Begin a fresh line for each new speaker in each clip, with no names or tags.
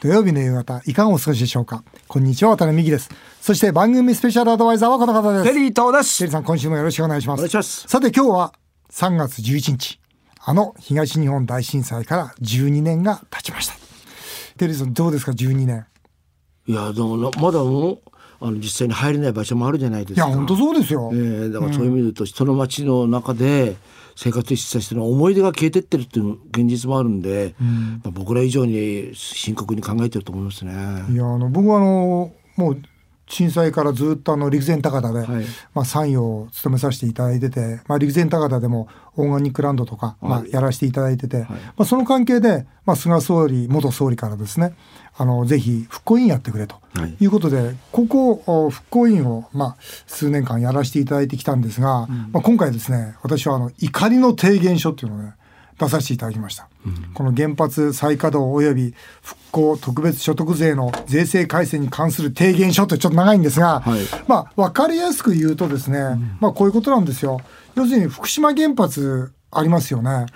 土曜日の夕方、いかがお過ごしでしょうかこんにちは、渡辺美希です。そして番組スペシャルアドバイザーはこの方です。
テリー東で
シェ
す
リーさん、今週もよろしくお願いしま
お
す。
願いします
さて今日は3月11日、あの東日本大震災から12年が経ちました。テリーさん、どうですか、12年。
いやでもなまだもうあの実際に入れない場所もあるじゃないで
い
す
や、
か
本当そうですよ。
えーだからそういう意味で言うと人の街の中で生活してた人の思い出が消えてってるっていう現実もあるんで、まあ、僕ら以上に深刻に考えてると思いますね。
いやあの僕はあのもう震災からずっとあの陸前高田で、
はい
まあ、参与を務めさせていただいてて、まあ、陸前高田でもオーガニックランドとか、まあ、やらせていただいてて、まあ、その関係で、まあ、菅総理元総理からですねあのぜひ復興委員やってくれと
はい
いうことで、ここお復興委員を、まあ、数年間やらせていただいてきたんですが、まあ、今回ですね私はあの怒りの提言書っていうのをね出させていただきました、この原発再稼働及び復興特別所得税の税制改正に関する提言書ってちょっと長いんですが、
はい
まあ分かりやすく言うとですね、まあこういうことなんですよ要するに福島原発ありますよね、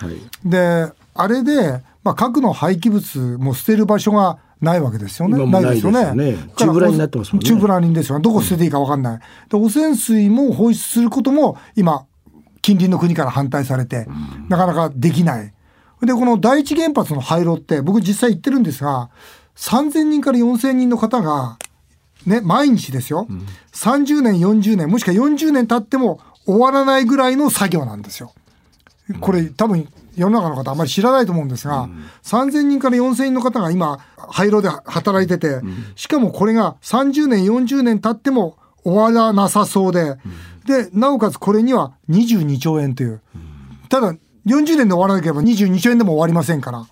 であれで、まあ、核の廃棄物も捨てる場所がないわけですよね
今もない
ですよ
ですよね
ねだから
宙ぶらりんになってますもんね
宙ぶらランですよどこ捨てていいか分かんない、で汚染水も放出することも今近隣の国から反対されて、なかなかできないでこの第一原発の廃炉って僕実際行ってるんですが3,000人から4,000人の方がね毎日ですよ、30年40年もしくは40年経っても終わらないぐらいの作業なんですよ。これ多分世の中の方あまり知らないと思うんですが、3,000人から4,000人の方が今廃炉で働いてて、しかもこれが30年40年経っても終わらなさそうで、でなおかつこれには22兆円という、ただ40年で終わらなければ22兆円でも終わりませんから、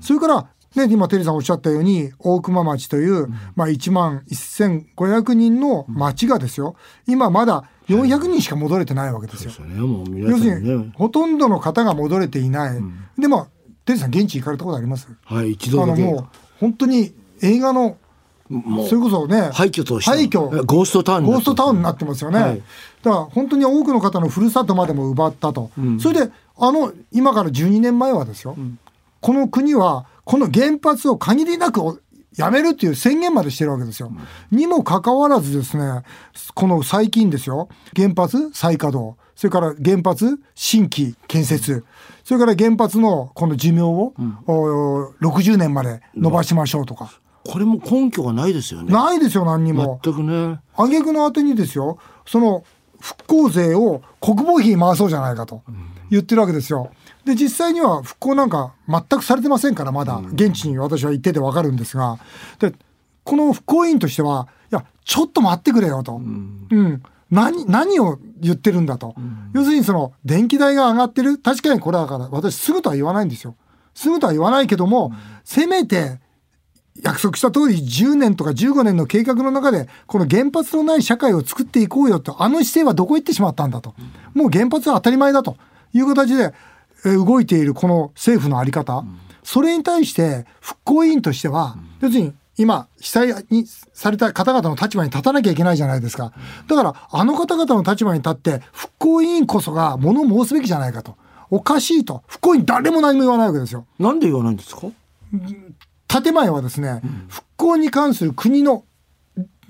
それからね、今テリーさんおっしゃったように大熊町という、まあ、1万1,500人の町がですよ今まだ400人しか戻れてないわけですよ。
そうねもう皆
要す
さん
る
ね
に、ほとんどの方が戻れていない、でもテリーさん現地行かれたことあります
はい、一
あ
度だ
の
け
もう本当に映画の
もう
それこそね
廃墟として
廃墟
えゴーストタウンに
ゴ
な
ー
って
ス
ますね
トタウンになってますよね、
はい
だから本当に多くの方のふるさとまでも奪ったと、それであの今から12年前はですよ、この国はこの原発を限りなくおやめるっていう宣言までしてるわけですよ。にもかかわらずですねこの最近ですよ原発再稼働それから原発新規建設それから原発のこの寿命を、お60年まで伸ばしましょうとか、
これも根拠がないですよね。
ないですよ何にも。
全くね。
挙句のあてにですよその復興税を国防費に回そうじゃないかと言ってるわけですよ。で実際には復興なんか全くされてませんからまだ現地に私は行っててわかるんですがでこの復興委員としてはいやちょっと待ってくれよと、うん、何何を言ってるんだと、要するにその電気代が上がってる確かにこれだから私すぐとは言わないんですよすぐとは言わないけども、せめて約束した通り10年とか15年の計画の中でこの原発のない社会を作っていこうよとあの姿勢はどこ行ってしまったんだともう原発は当たり前だという形でえー動いているこの政府の在り方それに対して復興委員としては要するに今被災にされた方々の立場に立たなきゃいけないじゃないですかだからあの方々の立場に立って復興委員こそが物を申すべきじゃないかとおかしいと復興委員誰も何も言わないわけですよ。
なんで言わないんですか。
建前はですね、復興に関する国の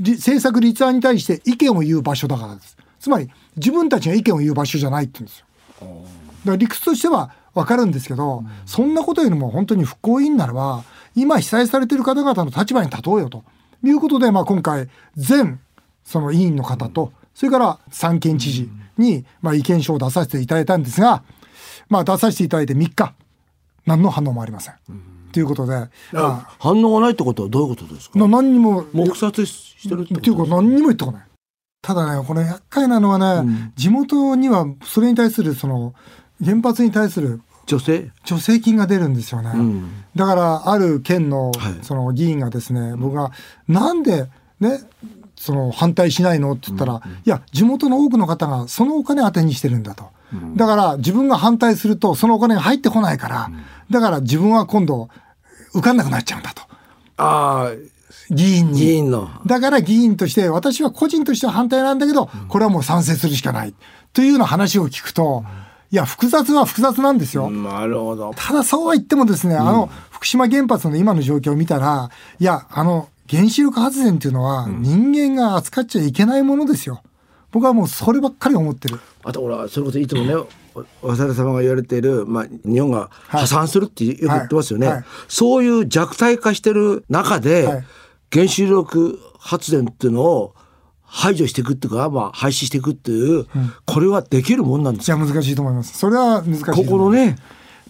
り政策立案に対して意見を言う場所だからですつまり自分たちが意見を言う場所じゃないって言うんですよだから理屈としては分かるんですけど、そんなことよりも本当に復興委員ならば今被災されている方々の立場に立とうよということで、まあ、今回全その委員の方と、それから三県知事に、まあ、意見書を出させていただいたんですが、まあ、出させていただいて3日何の反応もありません。ということで、まあ
反応がないってことはどういうことですか。
な何にも
黙殺してるって
っ
こ
ていう
と
か
ですか。
何にも言ってこないただねこの厄介なのはね、地元にはそれに対するその原発に対する
女性。
助成金が出るんですよね、
うん。
だからある県の
はい
その議員がですね、僕がなんでねその反対しないのって言ったら、いや地元の多くの方がそのお金当てにしてるんだと、だから自分が反対するとそのお金が入ってこないから、だから自分は今度受かんなくなっちゃうんだと
ああ、
議員に
議員の。
だから議員として私は個人としては反対なんだけどこれはもう賛成するしかないというような話を聞くといや複雑は複雑なんですよ。
なるほど。
ただそうは言ってもですねあの福島原発の今の状況を見たら、いや、あの、原子力発電っていうのは人間が扱っちゃいけないものですよ。僕はもうそればっかり思ってる。
あとほらそれこそいつもねわ渡辺様が言われている、まあ、日本が破産するってよく言ってますよね、
はいはい
そういう弱体化してる中で、
はい
原子力発電っていうのを排除していくっていうか、まあ、廃止していくっていう、これはできるもんなんです
じ
か
ゃあ難しいと思います。それは難しいと思い
こ
ます。
このね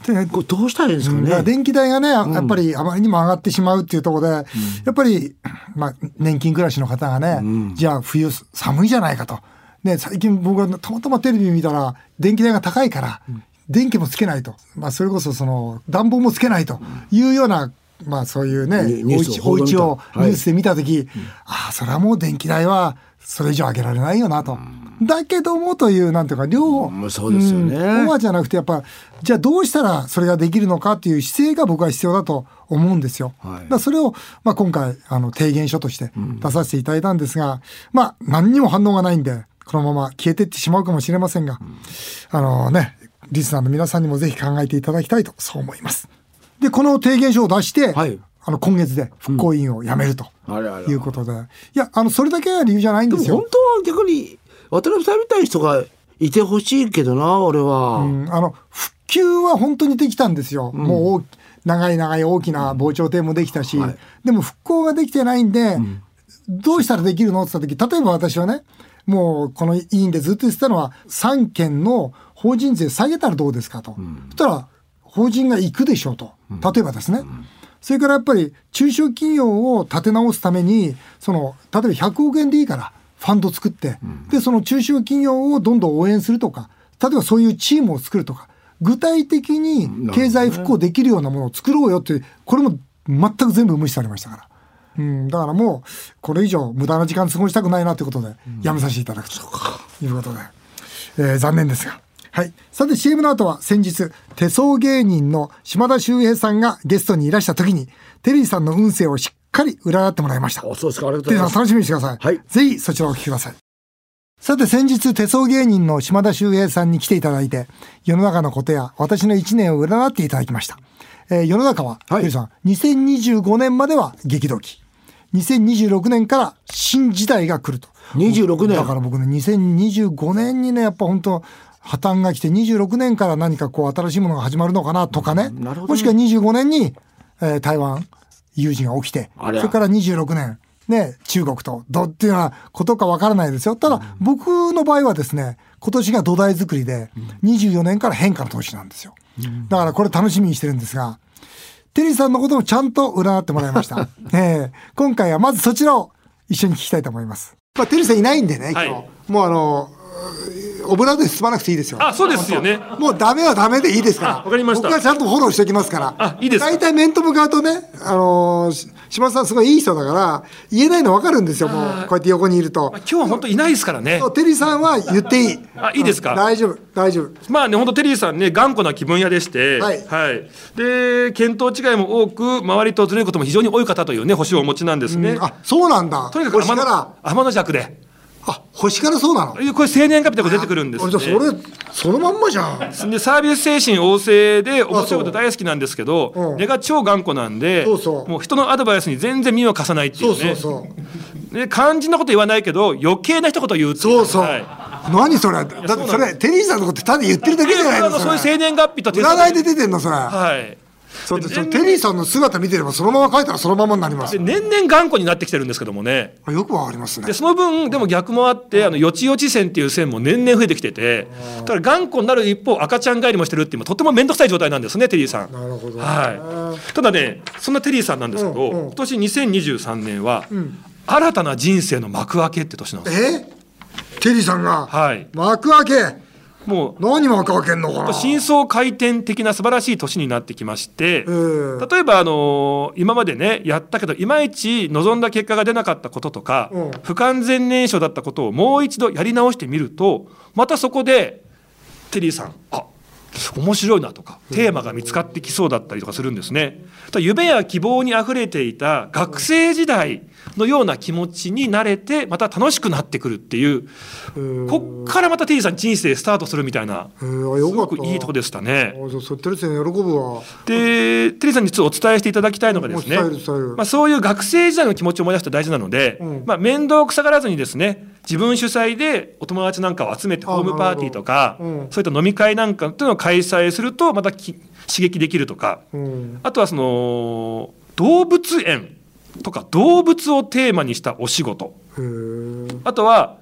で
これどうしたらいいんですか
だから
ね。
電気代がね、ややっぱりあまりにも上がってしまうっていうところで、やっぱり、まあ、年金暮らしの方がね、じゃあ冬寒いじゃないかと。ね、最近僕はたまたまテレビ見たら、電気代が高いから、電気もつけないと。まあ、それこそその、暖房もつけないというような、まあ、そういうね、
ニュニュ
お
ース
家
報
お
道見
家
た
をニュースで見たとき、ああ、それはもう電気代は、それ以上上げられないよなと。だけどもという、なんていうか、両方、
うんそうですよね
うんオーバーじゃなくてやっぱじゃあどうしたらそれができるのかっていう姿勢が僕は必要だと思うんですよ。
は
だ
い
からそれを、まあ、今回あの提言書として出させていただいたんですが、まあ何にも反応がないんでこのまま消えていってしまうかもしれませんが、あのねリスナーの皆さんにもぜひ考えていただきたいとそう思います。でこの提言書を出して、
はい
あの今月で復興委員を辞めると
あれあれ
いうことで、いやあのそれだけが理由じゃないん
で
で
も
す
本
よ。
当は逆に渡辺さんみたいな人がいてほしいけどな俺は。
うんあの復旧は本当にできたんですよ、もう大き長い長い大きな防潮堤もできたし、
はい
でも復興ができてないんで、どうしたらできるのって言った時例えば私はねもうこの委員でずっと言ってたのは3県の法人税下げたらどうですかと、そしたら法人が行くでしょうと例えばですね、それからやっぱり中小企業を立て直すためにその例えば100億円でいいからファンド作って、でその中小企業をどんどん応援するとか例えばそういうチームを作るとか具体的に経済復興できるようなものを作ろうよっていうこれも全く全部無視されましたから。うん、だからもうこれ以上無駄な時間過ごしたくないなということでやめさせていただくということで、えー残念ですが。はい、さて CM の後は先日手相芸人の島田秀平さんがゲストにいらした時にテリーさんの運勢をしっかり占ってもらいました。
あそうですかありがとう
テリ
ござい
ー
ま
さ
す
ん。楽しみにしてください。
はい
ぜひそちらをお聞きください。さて先日手相芸人の島田秀平さんに来ていただいて世の中のことや私の一年を占っていただきました、えー世の中は、
はい
テリーさん2025年までは激動期2026年から新時代が来ると
26年
だから僕ね2025年にねやっぱ本当破綻が来て26年から何かこう新しいものが始まるのかなとかね
んなるほどね
もしくは25年に、えー台湾有事が起きて
あ
そ
りゃ
れから26年ね中国とどうっていうようなことかわからないですよただ、僕の場合はですね今年が土台作りで24年から変化の年なんですよ、だからこれ楽しみにしてるんですがテリーさんのこともちゃんと占ってもらいま した、ええ今回はまずそちらを一緒に聞きたいと思います、まあ、テリーさんいないんでね今日、
はい
もうあのオブラートに包まなくていいですよ
あ、そうですよね。
もうダメはダメでいいですから。
あわかりました
僕はちゃんとフォローしておきますから。
あいいですか
大体面と向かうとね、あのーし島田さんすごいいい人だから、言えないのわかるんですよ、もう。こうやって横にいると
まあ。今日は本当いないですからね
そ。うテリーさんは言っていい。
あいいですか
うん大丈夫、大丈夫。
まあね、本当テリーさんね、頑固な気分屋でして、
はい
で、見当違いも多く、周りとずれることも非常に多い方というね、星をお持ちなんですね。
あ、そうなんだ。
とにかく
星
天
か
の
ら、
天の弱で。
あ、星からそうなの。
これ青年月日とか出てくるんです、ね
俺、じゃあそれ、そのまんまじゃん。
でサービス精神旺盛で面白いこと大好きなんですけ
そう
ど
うん
根が超頑固なんで
そうそう
もう人のアドバイスに全然耳を貸さないってい
そう
う
そ
ね
うそう。
で肝心なこと言わないけど余計な一言言うってい
そうそう。
はい
何それ。だってそれ、テリーさんのことただ言ってるだけじゃない
あ
の
の
そ
そう
れ
いう生年月日と手相
占いで出てんの、それ。
はい
そうで
で
そうテリーさんの姿見てればそのまま書いたらそのままになります
で。年々頑固になってきてるんですけどもね
あよくわかりますね
で。その分でも逆もあってあのよちよち線っていう線も年々増えてきててだから頑固になる一方赤ちゃん帰りもしてるっていうとても面倒くさい状態なんですねテリーさん。
なるほどね
はい、ただねそんなテリーさんなんですけど、
うんうん
今年2023年は、新たな人生の幕開けって年なんです。
えテリーさんが、
はい
幕開け
もう
何幕開けんのかな
真相回転的な素晴らしい年になってきまして、
うん
例えば、あのー今までねやったけどいまいち望んだ結果が出なかったこととか、
うん
不完全燃焼だったことをもう一度やり直してみるとまたそこでテリーさんあ面白いなとかテーマが見つかってきそうだったりとかするんですね。ただ夢や希望にあふれていた学生時代のような気持ちに慣れてまた楽しくなってくるっていうこっからまたテリーさん人生スタートするみたいな
え
す
ー、あよか
ご
った
くいいとこでしたね。
あじゃあそテレセン喜ぶわ
でテリーさんに実はお伝えしていただきたいのがですね
もう伝える伝える
まあ、そういう学生時代の気持ちを思い出すと大事なので、
うん
まあ、面倒くさがらずにですね自分主催でお友達なんかを集めて
あ
ホームパーティーとか、
なるほどうん
そういった飲み会なんかっていうのを開催するとまたき刺激できるとか
うん
あとはその動物園とか動物をテーマにしたお仕事
へーへ
あとは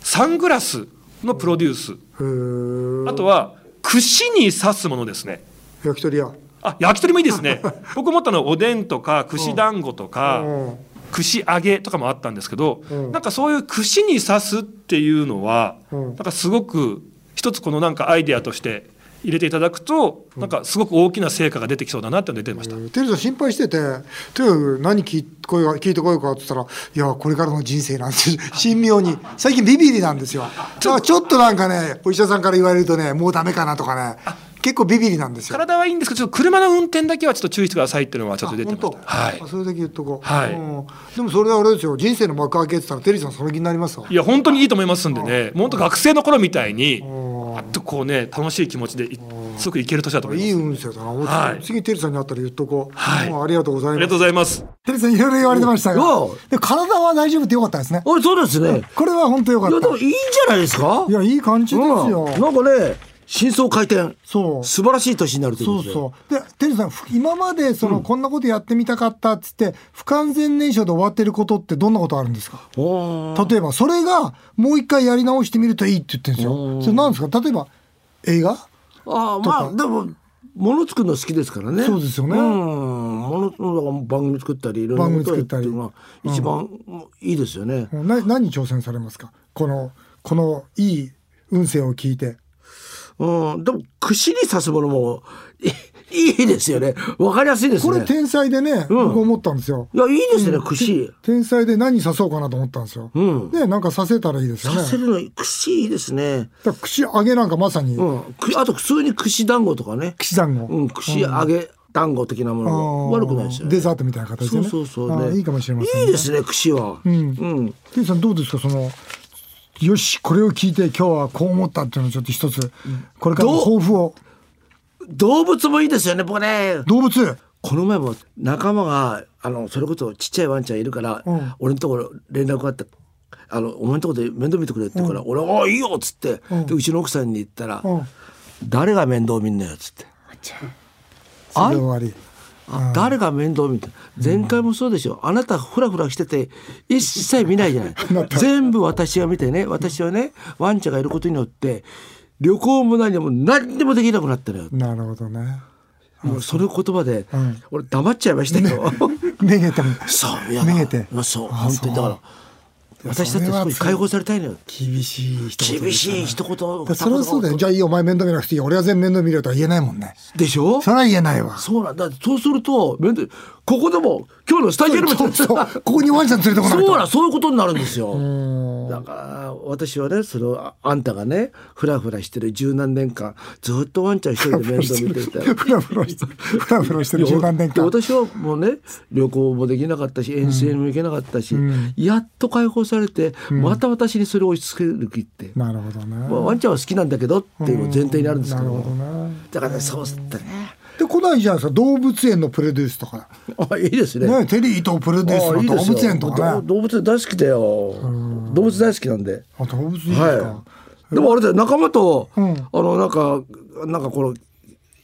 サングラスのプロデュース、
ー
あとは串に刺すものですね。
焼き鳥屋
あ焼き鳥もいいですね 僕もっとあのおでんとか串団子とか、
うん
串揚げとかもあったんですけど、
うん
なんかそういう串に刺すっていうのは、
うん
なんかすごく一つこのなんかアイデアとして入れていただくと、なんかすごく大きな成果が出てきそうだなっていうのが出てました、
テレビさん心配してて「とにかく何聞い声が聞いてこようか」って言ったら「いやこれからの人生なんですよ 神妙に最近ビビリなんですよだからちょっとなんかねお医者さんから言われるとねもうダメかなとかね結構ビビリなんですよ
体はいいんですけどちょっと車の運転だけはちょっと注意してくださいっていうのはちょっと出てました
あ本
は
当
い
あそれだけ言っとこう、
はい
うんでもそれはあれですよ人生の幕開けって言ったらテレビさんその気になりますわ
いや本当にいいと思いますんでね、もう本当学生の頃みたいに、あっとこうね楽しい気持ちでいすごくいける年だと思います
いい運勢だな、
はい
次テレビさんに会ったら言っとこう、
はい
もうありがとうござい
ありが
ま
と
す
うございます
テレビさんいろいろ言われてましたが
うん
でも体は大丈夫ってよかったですね
おいそうですね。
これは本当よか
いや
っ
で
た
もいいんじゃないですか。
いやいい感じですよ、
うんなんかね真相回転
そう
素晴らしい年になるという
そ
こ
う
とで。
そう。で、テリーさん、ふ今までその、こんなことやってみたかったっつって、不完全燃焼で終わってることってどんなことあるんですか
おー
例えば、それがもう一回やり直してみるといいって言ってるんです
う
よ。
ん
それなんですか例えば、映画
ああまあでももの作るの好きですからね。
そうですよね
うん。もの番組作ったりいろんなことをやるっていうのは一番いいですよね。
うんな何に挑戦されますかこの、このいい運勢を聞いて。
うん。でも串に刺すものもいい いいですよね。わかりやすいです
これ
ね。
天才でね、僕思ったんですよ。
いやいいですね串。
天才で何刺そうかなと思ったんですよ。
うん。
で、なんか刺せたらいいですよね。
刺せ
だか
るの串いいですね。
ら串揚げなんかまさに、
うん。くあと普通に串団子とかね。
串団子。
うん、串揚げ団子的なも
あ
の
ー
も悪くないですよね。
デザートみたいな形でね。
そうそう
あ
そう、
ー
ね。
いいかもしれませんね
いいですね、串は。
う
うんん。
テリーさんどうですかそのよしこれを聞いて今日はこう思ったっていうのをちょっと一つこれからの
どう
抱負を
動物もいいですよね、僕ね。
動物
この前も仲間が、あの、それこそちっちゃいワンちゃんいるから、
うん
俺のところ連絡があった。あの、お前のところで面倒見てくれって言うから、俺、おーいいよっつって、うで、うちの奥さんに言ったら、
うん
誰が面倒見んのよっつって。
それで終わり
あ誰が面倒見て前回もそうでしょ、あなたフラフラしてて一切見ないじゃ ない全部私が見てね私はねワンちゃんがいることによって旅行も何も何にもできなくなったのよ、
なるほどね
もうその言葉で、
ん
俺黙っちゃいまし たよ
めげても
そういやだ
めげて
まあそう
あ
本当にだ
そう
から私だってそこに解放されたいのよ
厳しい人
厳しい一言
でそれはそうだよじゃあいいよお前面倒見なくていいよ俺は全部面倒見るよとは言えないもんね
でしょ
それは言えないわ
そうなんだそうすると面倒ここでも今日のスタジオでも
そうそうここにワンちゃん連れてこないと
そうだそういうことになるんですよ
ん
だから私はねそのああんたがねフラフラしてる十何年間ずっとワンちゃん一人で面倒見ていた
フラフラしてフラフラしてる 十何年
で
間
私はもうね旅行もできなかったし遠征にも行けなかったし、やっと解放されて、また私にそれを押し付ける気って、
なるほどね
まあ、ワンちゃんは好きなんだけどっていうの前提にあるんです
な
け
る
ど
ほどね
だからねそうすってね
でこないじゃないですか動物園のプロデュースとか
あいいですね
ねテリーとプロデュース
あい
の
いで
動
すよ
物園とか
ど
ね
動物園大好きだよ動物大好きなんで
あ動物園ですか、
はい。でもあれだよ仲間と、
うん
あのなんかなんかこの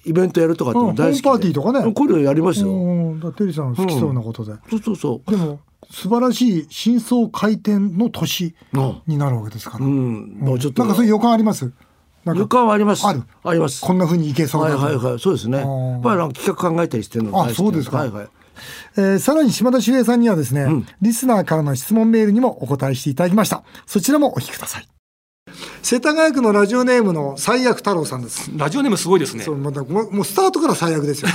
イベントやるとかっての大好きで、
うんホームパーティーとかね
こういうのやりますよ。
うん、だからテリーさん好きそうなことで、
そうそうそ
でも素晴らしい真相回転の年
う。うん。
になるわけですから、
う
うん
ん。もうちょっと。
なんかそういう予感ありますなん
予
か
感はあります。
ある
ります。
こんな風にいけそう
はい
だ、
はいはい。そうですね。や
ん
っぱりなんか企画考えたりしてるの大好き
あそうですか
はいはい。
えーさらに島田秀平さんにはですね、リスナーからの質問メールにもお答えしていただきましたそちらもお聞きください世田谷区のラジオネームの最悪太郎さんです
ラジオネームすごいですね
そうまたもうもうスタートから最悪 ですよ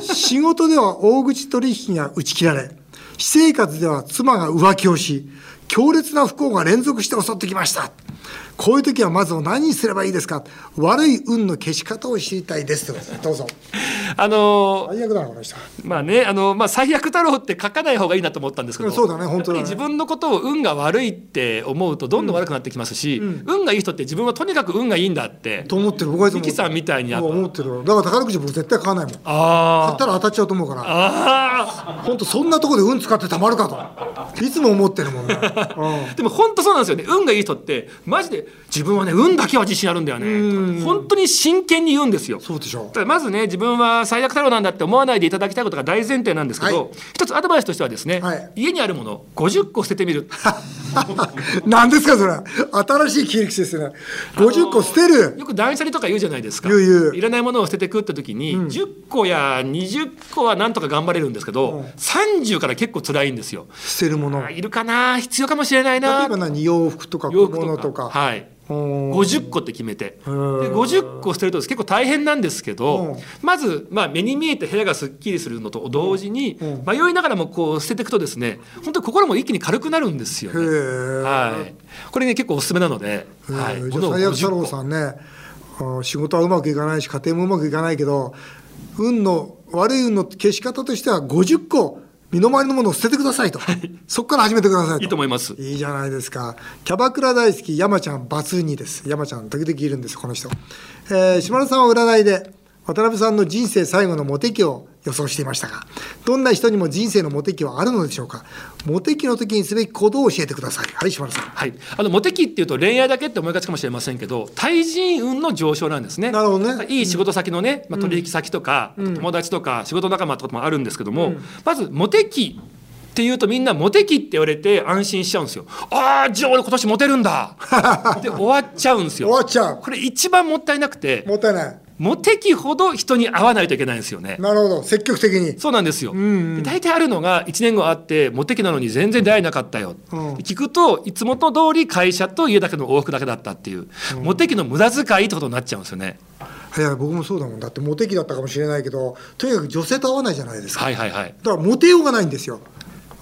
仕事では大口取引が打ち切られ私生活では妻が浮気をし強烈な不幸が連続して襲ってきましたこういう時はまず何にすればいいですか悪い運の消し方を知りたいですってことですどうぞ
あのー
最悪だなこの人
まあねあのまあ最悪だろうって書かない方がいいなと思ったんですけど
そうだね本当だね
やっぱり自分のことを運が悪いって思うとどんどん悪くなってきますし、運がいい人って自分はとにかく運がいいんだって
と思ってる僕はいつも
ミキさんみたいにやっぱ
思ってるだから宝くじ僕絶対買わないもん買っ
あ
たら当たっちゃうと思うから
あ
本当そんなところで運使ってたまるかといつも思ってるもん ね、
ーでも本当そうなんですよね運がいい人ってマジで自分はね運だけは自信あるんだよね本当に真剣に言うんですよ
そうでしょ
ただまずね自分は最悪太郎なんだって思わないでいただきたいことが大前提なんですけど、
はい
一つアドバイスとしてはですね、
はい
家にあるもの50個捨ててみる
何ですかそれ新しい切り口ですね50個捨てる
よく断捨離とか言うじゃないですか
言う言う
いらないものを捨ててくって時に、10個や20個はなんとか頑張れるんですけど、30から結構辛いんですよ
捨てるもの
あ
例え
いるかな必要かもしれないな
ば何洋服とか小
洋服とか
物とか
はい
うん
50個って決めてで
ー
50個捨てると結構大変なんですけ
うん
どまず、まあ、目に見えて部屋がすっきりするのと同時に
うん
迷いながらもこう捨てていくとですね本当に心も一気に軽くなるんですよ
へ
ね。
ー
はい、これね結構おすすめなので、はい、
うんじゃあ
物を
最悪太
50
郎
個
さんねあの仕事はうまくいかないし家庭もうまくいかないけど運の悪い運の消し方としては50個身の回りのものを捨ててくださいと、そこから始めてくださいと
いいと思います。
いいじゃないですか。キャバクラ大好き、山ちゃん、バツ2です。山ちゃん、時々いるんです、この人。えー島田さんは占いで、渡辺さんの人生最後のモテ期を予想していましたが、どんな人にも人生のモテ期はあるのでしょうか。モテ期の時にすべき行動を教えてください。はい、島田さん。
はい、あのモテ期っていうと恋愛だけって思いがちかもしれませんけど対人運の上昇なんですね
なるほどね
いい仕事先のね、まあ、取引先とか、友達とか仕事仲間とかもあるんですけども、まずモテ期っていうとみんなモテ期って言われて安心しちゃうんですよああじゃあ俺今年モテるんだ で終わっちゃうんです
終わ
よ
っちゃう。
これ一番もったいなくて
もったいない。
モテ期ほど人に会わないといけないんですよね
なるほど、積極的に。
そうなんですよ、で大体あるのが1年後あってモテ期なのに全然出会えなかったよ、
うん
聞くといつもと通り会社と家だけの往復だけだったっていう、モテ期の無駄遣いってことになっちゃうんですよね
いや、僕もそうだもん。だってモテ期だったかもしれないけど、とにかく女性と合わないじゃないですか。
はいはいはい
だからモテようがないんですよ。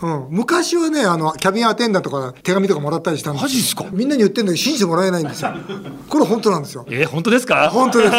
うん、昔はねあのキャビンアテンダントから手紙とかもらったりしたんです
マジっすか
みんなに言ってんだけど信じてもらえないん ですよこれ本当なんですよ
えー本当ですか
本当です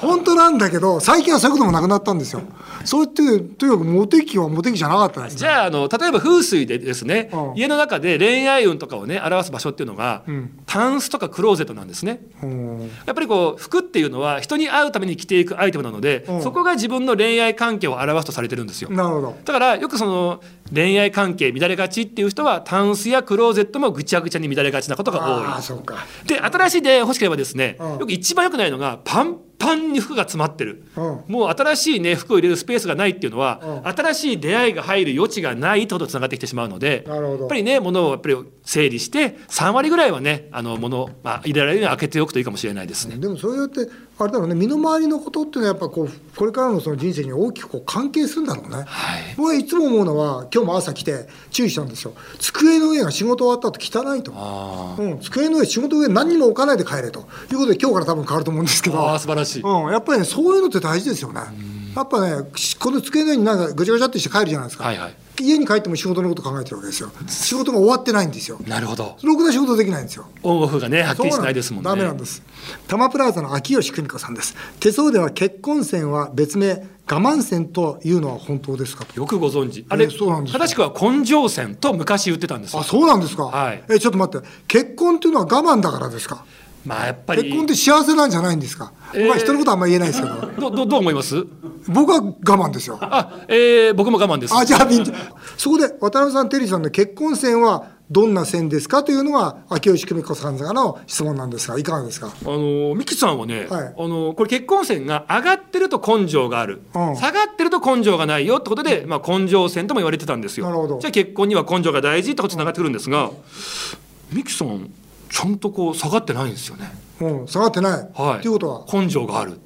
本当なんだけど最近はそういうこともなくなったんですよそうやってとにかくモテ期はモテ期じゃなかったんです
じ
ね
ゃああの例えば風水でですね、
うん
家の中で恋愛運とかをね表す場所っていうのが、タンスとかクローゼットなんですね
うん
やっぱりこう服っていうのは人に会うために着ていくアイテムなので、
うん
そこが自分の恋愛関係を表すとされてるんですよ
なるほど
だからよくその恋愛関係乱れがちっていう人はタンスやクローゼットもぐちゃぐちゃに乱れがちなこと
あ
が
あ
多
そうか
いで新しい出会いが欲しければですね、
うん
よく一番良くないのがパンパンに服が詰まってる、
うん
もう新しい、ね、服を入れるスペースがないっていうのは、
う
新しい出会いが入る余地がないってことにつながってきてしまうので
なるほど
やっぱりね物をやっぱり整理して3割ぐらいはねあの物を、まあ、入れられるように開けておくといいかもしれないですね。
でもそうやってあれだろうね身の回りのことっていうのはやっぱこうこれからのその人生に大きくこう関係するんだろうね
はい
僕はいつも思うのは今日も朝来て注意したんですよ机の上が仕事終わった後汚いと、
あ
うん、机の上仕事上何にも置かないで帰れということで今日から多分変わると思うんですけ
ーあ
ど
ー、素晴らしい、
うん、やっぱりねそういうのって大事ですよねやっぱねこの机の上になんかぐちゃぐちゃってして帰るじゃないですか、
はいはい
家に帰っても仕事のこと考えてるわけですよ仕事が終わってないんですよ
なるほど
ろくな仕事できないんですよ
オンオフがねはっきりしないですもんね。
そうなんですダメなんです多摩プラザの秋吉久美子さんです手相では結婚線は別名我慢線というのは本当ですか
よくご存知あれ、
えーそうなんですよ
正しくは根性線と昔言ってたんですよ
あそうなんですか、
はい
えちょっと待って結婚っていうのは我慢だからですか
まあやっぱり
結婚って幸せなんじゃないんですか、
えー
まあ人のことあんまり言えないですけど
どどどう思います
僕は我慢です よ
あ、えー僕も我慢です
あじゃあみんなそこで渡辺さんテリーさんの結婚線はどんな線ですかというのが秋吉久美子さんからの質問なんですがいかがですか
あのミキさんはね、
はい
あのこれ結婚線が上がってると根性がある、
うん
下がってると根性がないよってことで、まあ、根性線とも言われてたんですよ
なるほど
じゃあ結婚には根性が大事ってことにつながってくるんですが、ミキさんちゃんとこう下がってないんですよね
ううん、下がってない。
はい、
っていうことは、
根性がある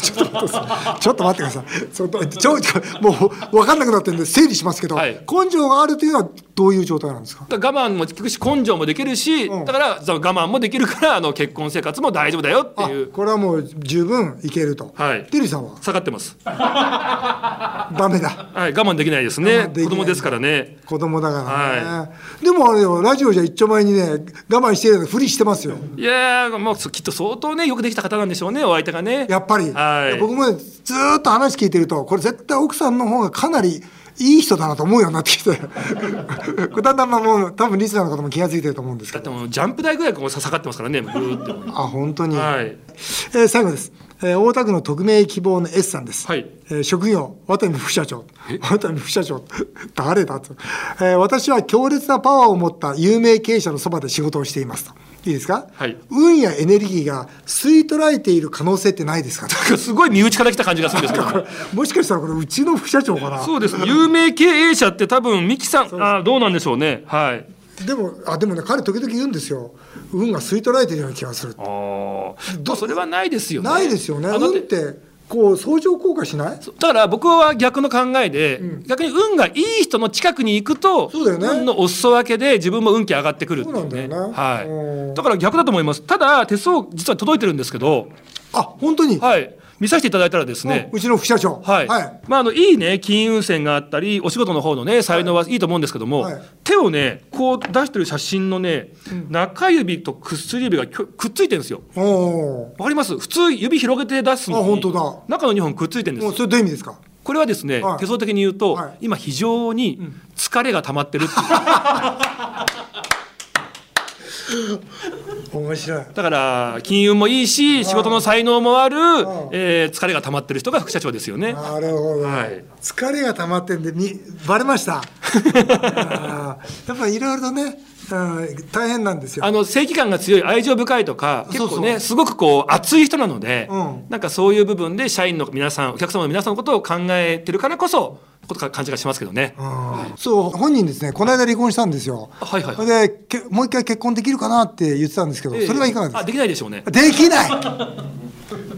ちょっと待ってください。ちょっと待ってください。そのちょちょもう分かんなくなってるんで整理しますけど、
はい
根性があるというのはどういう状態なんですか。
だから我慢も聞くし根性もできるし、
うん
だからその我慢もできるからあの結婚生活も大丈夫だよって
あ
いう
これはもう十分いけると。
はい
テリーさんは
下がってます、
ダメだ。
はい、我慢できないですね
慢できない
子供ですからね
子供だからね。でもあれよラジオじゃ一丁前にね我慢してるのふりしてますよ。
いやーもうきっと相当ねよくできた方なんでしょうねお相手がね
やっぱり、
はい
僕もねずーっと話聞いてるとこれ絶対奥さんの方がかなりいい人だなと思うようになってき てこれだんだんまあもう多分リスナーの方も気が付いてると思うんですけ
だっ
ど
てもうジャンプ台ぐらいこうさ下がってますからねぐーっても
あ本当に、
うはい
えー最後です、えー大田区の匿名希望の S さんです、
はい
えー職業渡辺副社長渡辺副社長 誰だと、えー私は強烈なパワーを持った有名経営者のそばで仕事をしていますといいですか、
はい
運やエネルギーが吸い取られている可能性ってないですかと
すごい身内から来た感じがするんですけど
もしかしたらこれうちの副社長かな
そうです有名経営者って多分ミキさんあどうなんでしょうねはい
でもあでもね彼時々言うんですよ運が吸い取られてるような気がするって
あーまあそれはないですよね
ないですよね
あだっ
運っててこう相乗効果しない
だから僕は逆の考えで、逆に運がいい人の近くに行くと、
そうだよね
運のお裾分けで自分も運気上がってくるっていう
そうな
ね
んだよねう
は
ん
い、だから逆だと思いますただ手相実は届いてるんですけど、
あ本当に、
はい、見させていただいたらですね、
うちの副社長
はいまあ、あのいいね金運線があったりお仕事の方のね才能はいいと思うんですけども、
はい
手をねこう出してる写真のね、中指と薬指がきょくっついてるんですよ。
おお
わかります普通指広げて出すのに
あ本当だ
中の2本くっついてるんです
も
よ
うそれどういう意味ですか
これはですね、
はい
手相的に言うと、
はい
今非常に疲れが溜まってるっていう、
面白い
だから金運もいいし仕事の才能もある、
ん
えー疲れが溜まってる人が副社長ですよね。
なるほど、
はい
疲れが溜まってんでみバレましたあ ーやっぱいろいろとねうん大変なんですよ
あの正義感が強い愛情深いとか結
そうそう
構ねすごくこう熱い人なので、
うん
なんかそういう部分で社員の皆さんお客様の皆さんのことを考えてるからこそことか感じがしますけどね。
うんそう本人ですねこの間離婚したんですよ
あはいはい
それでけもう一回結婚できるかなって言ってたんですけど、それはいかがです
あ
か
できないでしょうね。
でき ない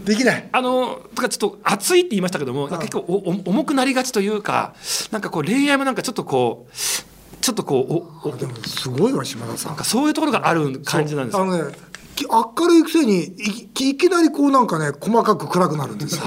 できない
あのとかちょっと熱いって言いましたけども、なんか結構おお重くなりがちというかなんかこう恋愛もなんかちょっとこうちょっとこうおお
でもすごいわ島田さん
なんかそういうところがある感じなんです
あ
よ。
のねき明るいくせにいきいきなりこうなんかね細かく暗くなるんですよ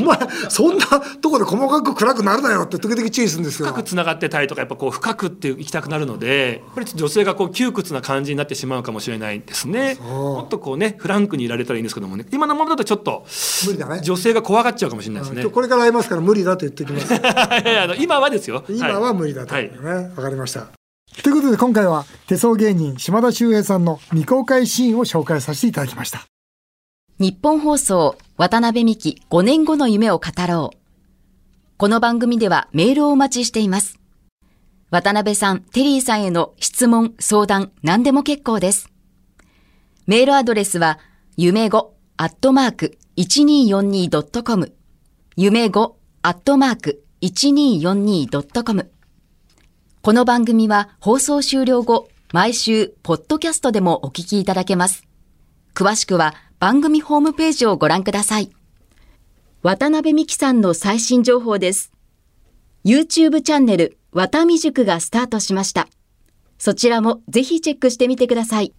お前そんなとこで細かく暗くなるなよって時々注意するんですけ
深
ど
くつながってたりとかやっぱこう深くっていきたくなるのでやっぱりちょっと女性がこう窮屈な感じになってしまうかもしれないですねもっとこうねフランクにいられたらいいんですけどもね今のままだとちょっと
無理だね
女性が怖がっちゃうかもしれないですね
今日これから会いますから無理だと言っておきます
いやいやあの今はですよ
今は無理だと、
は
ね
い
わ、かりましたということで今回は手相芸人島田秀平さんの未公開シーンを紹介させていただきました
日本放送渡辺美希5年後の夢を語ろう。この番組ではメールをお待ちしています。渡辺さん、テリーさんへの質問、相談、何でも結構です。メールアドレスは、夢語アットマーク 1242.com。夢語アットマーク 1242.com。この番組は放送終了後、毎週、ポッドキャストでもお聞きいただけます。詳しくは番組ホームページをご覧ください。渡辺美希さんの最新情報です。YouTube チャンネル、渡美塾がスタートしました。そちらもぜひチェックしてみてください。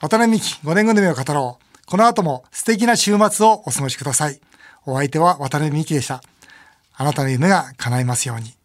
渡辺美希5年後の夢を語ろう。この後も素敵な週末をお過ごしください。お相手は渡辺美希でした。あなたの夢が叶いますように。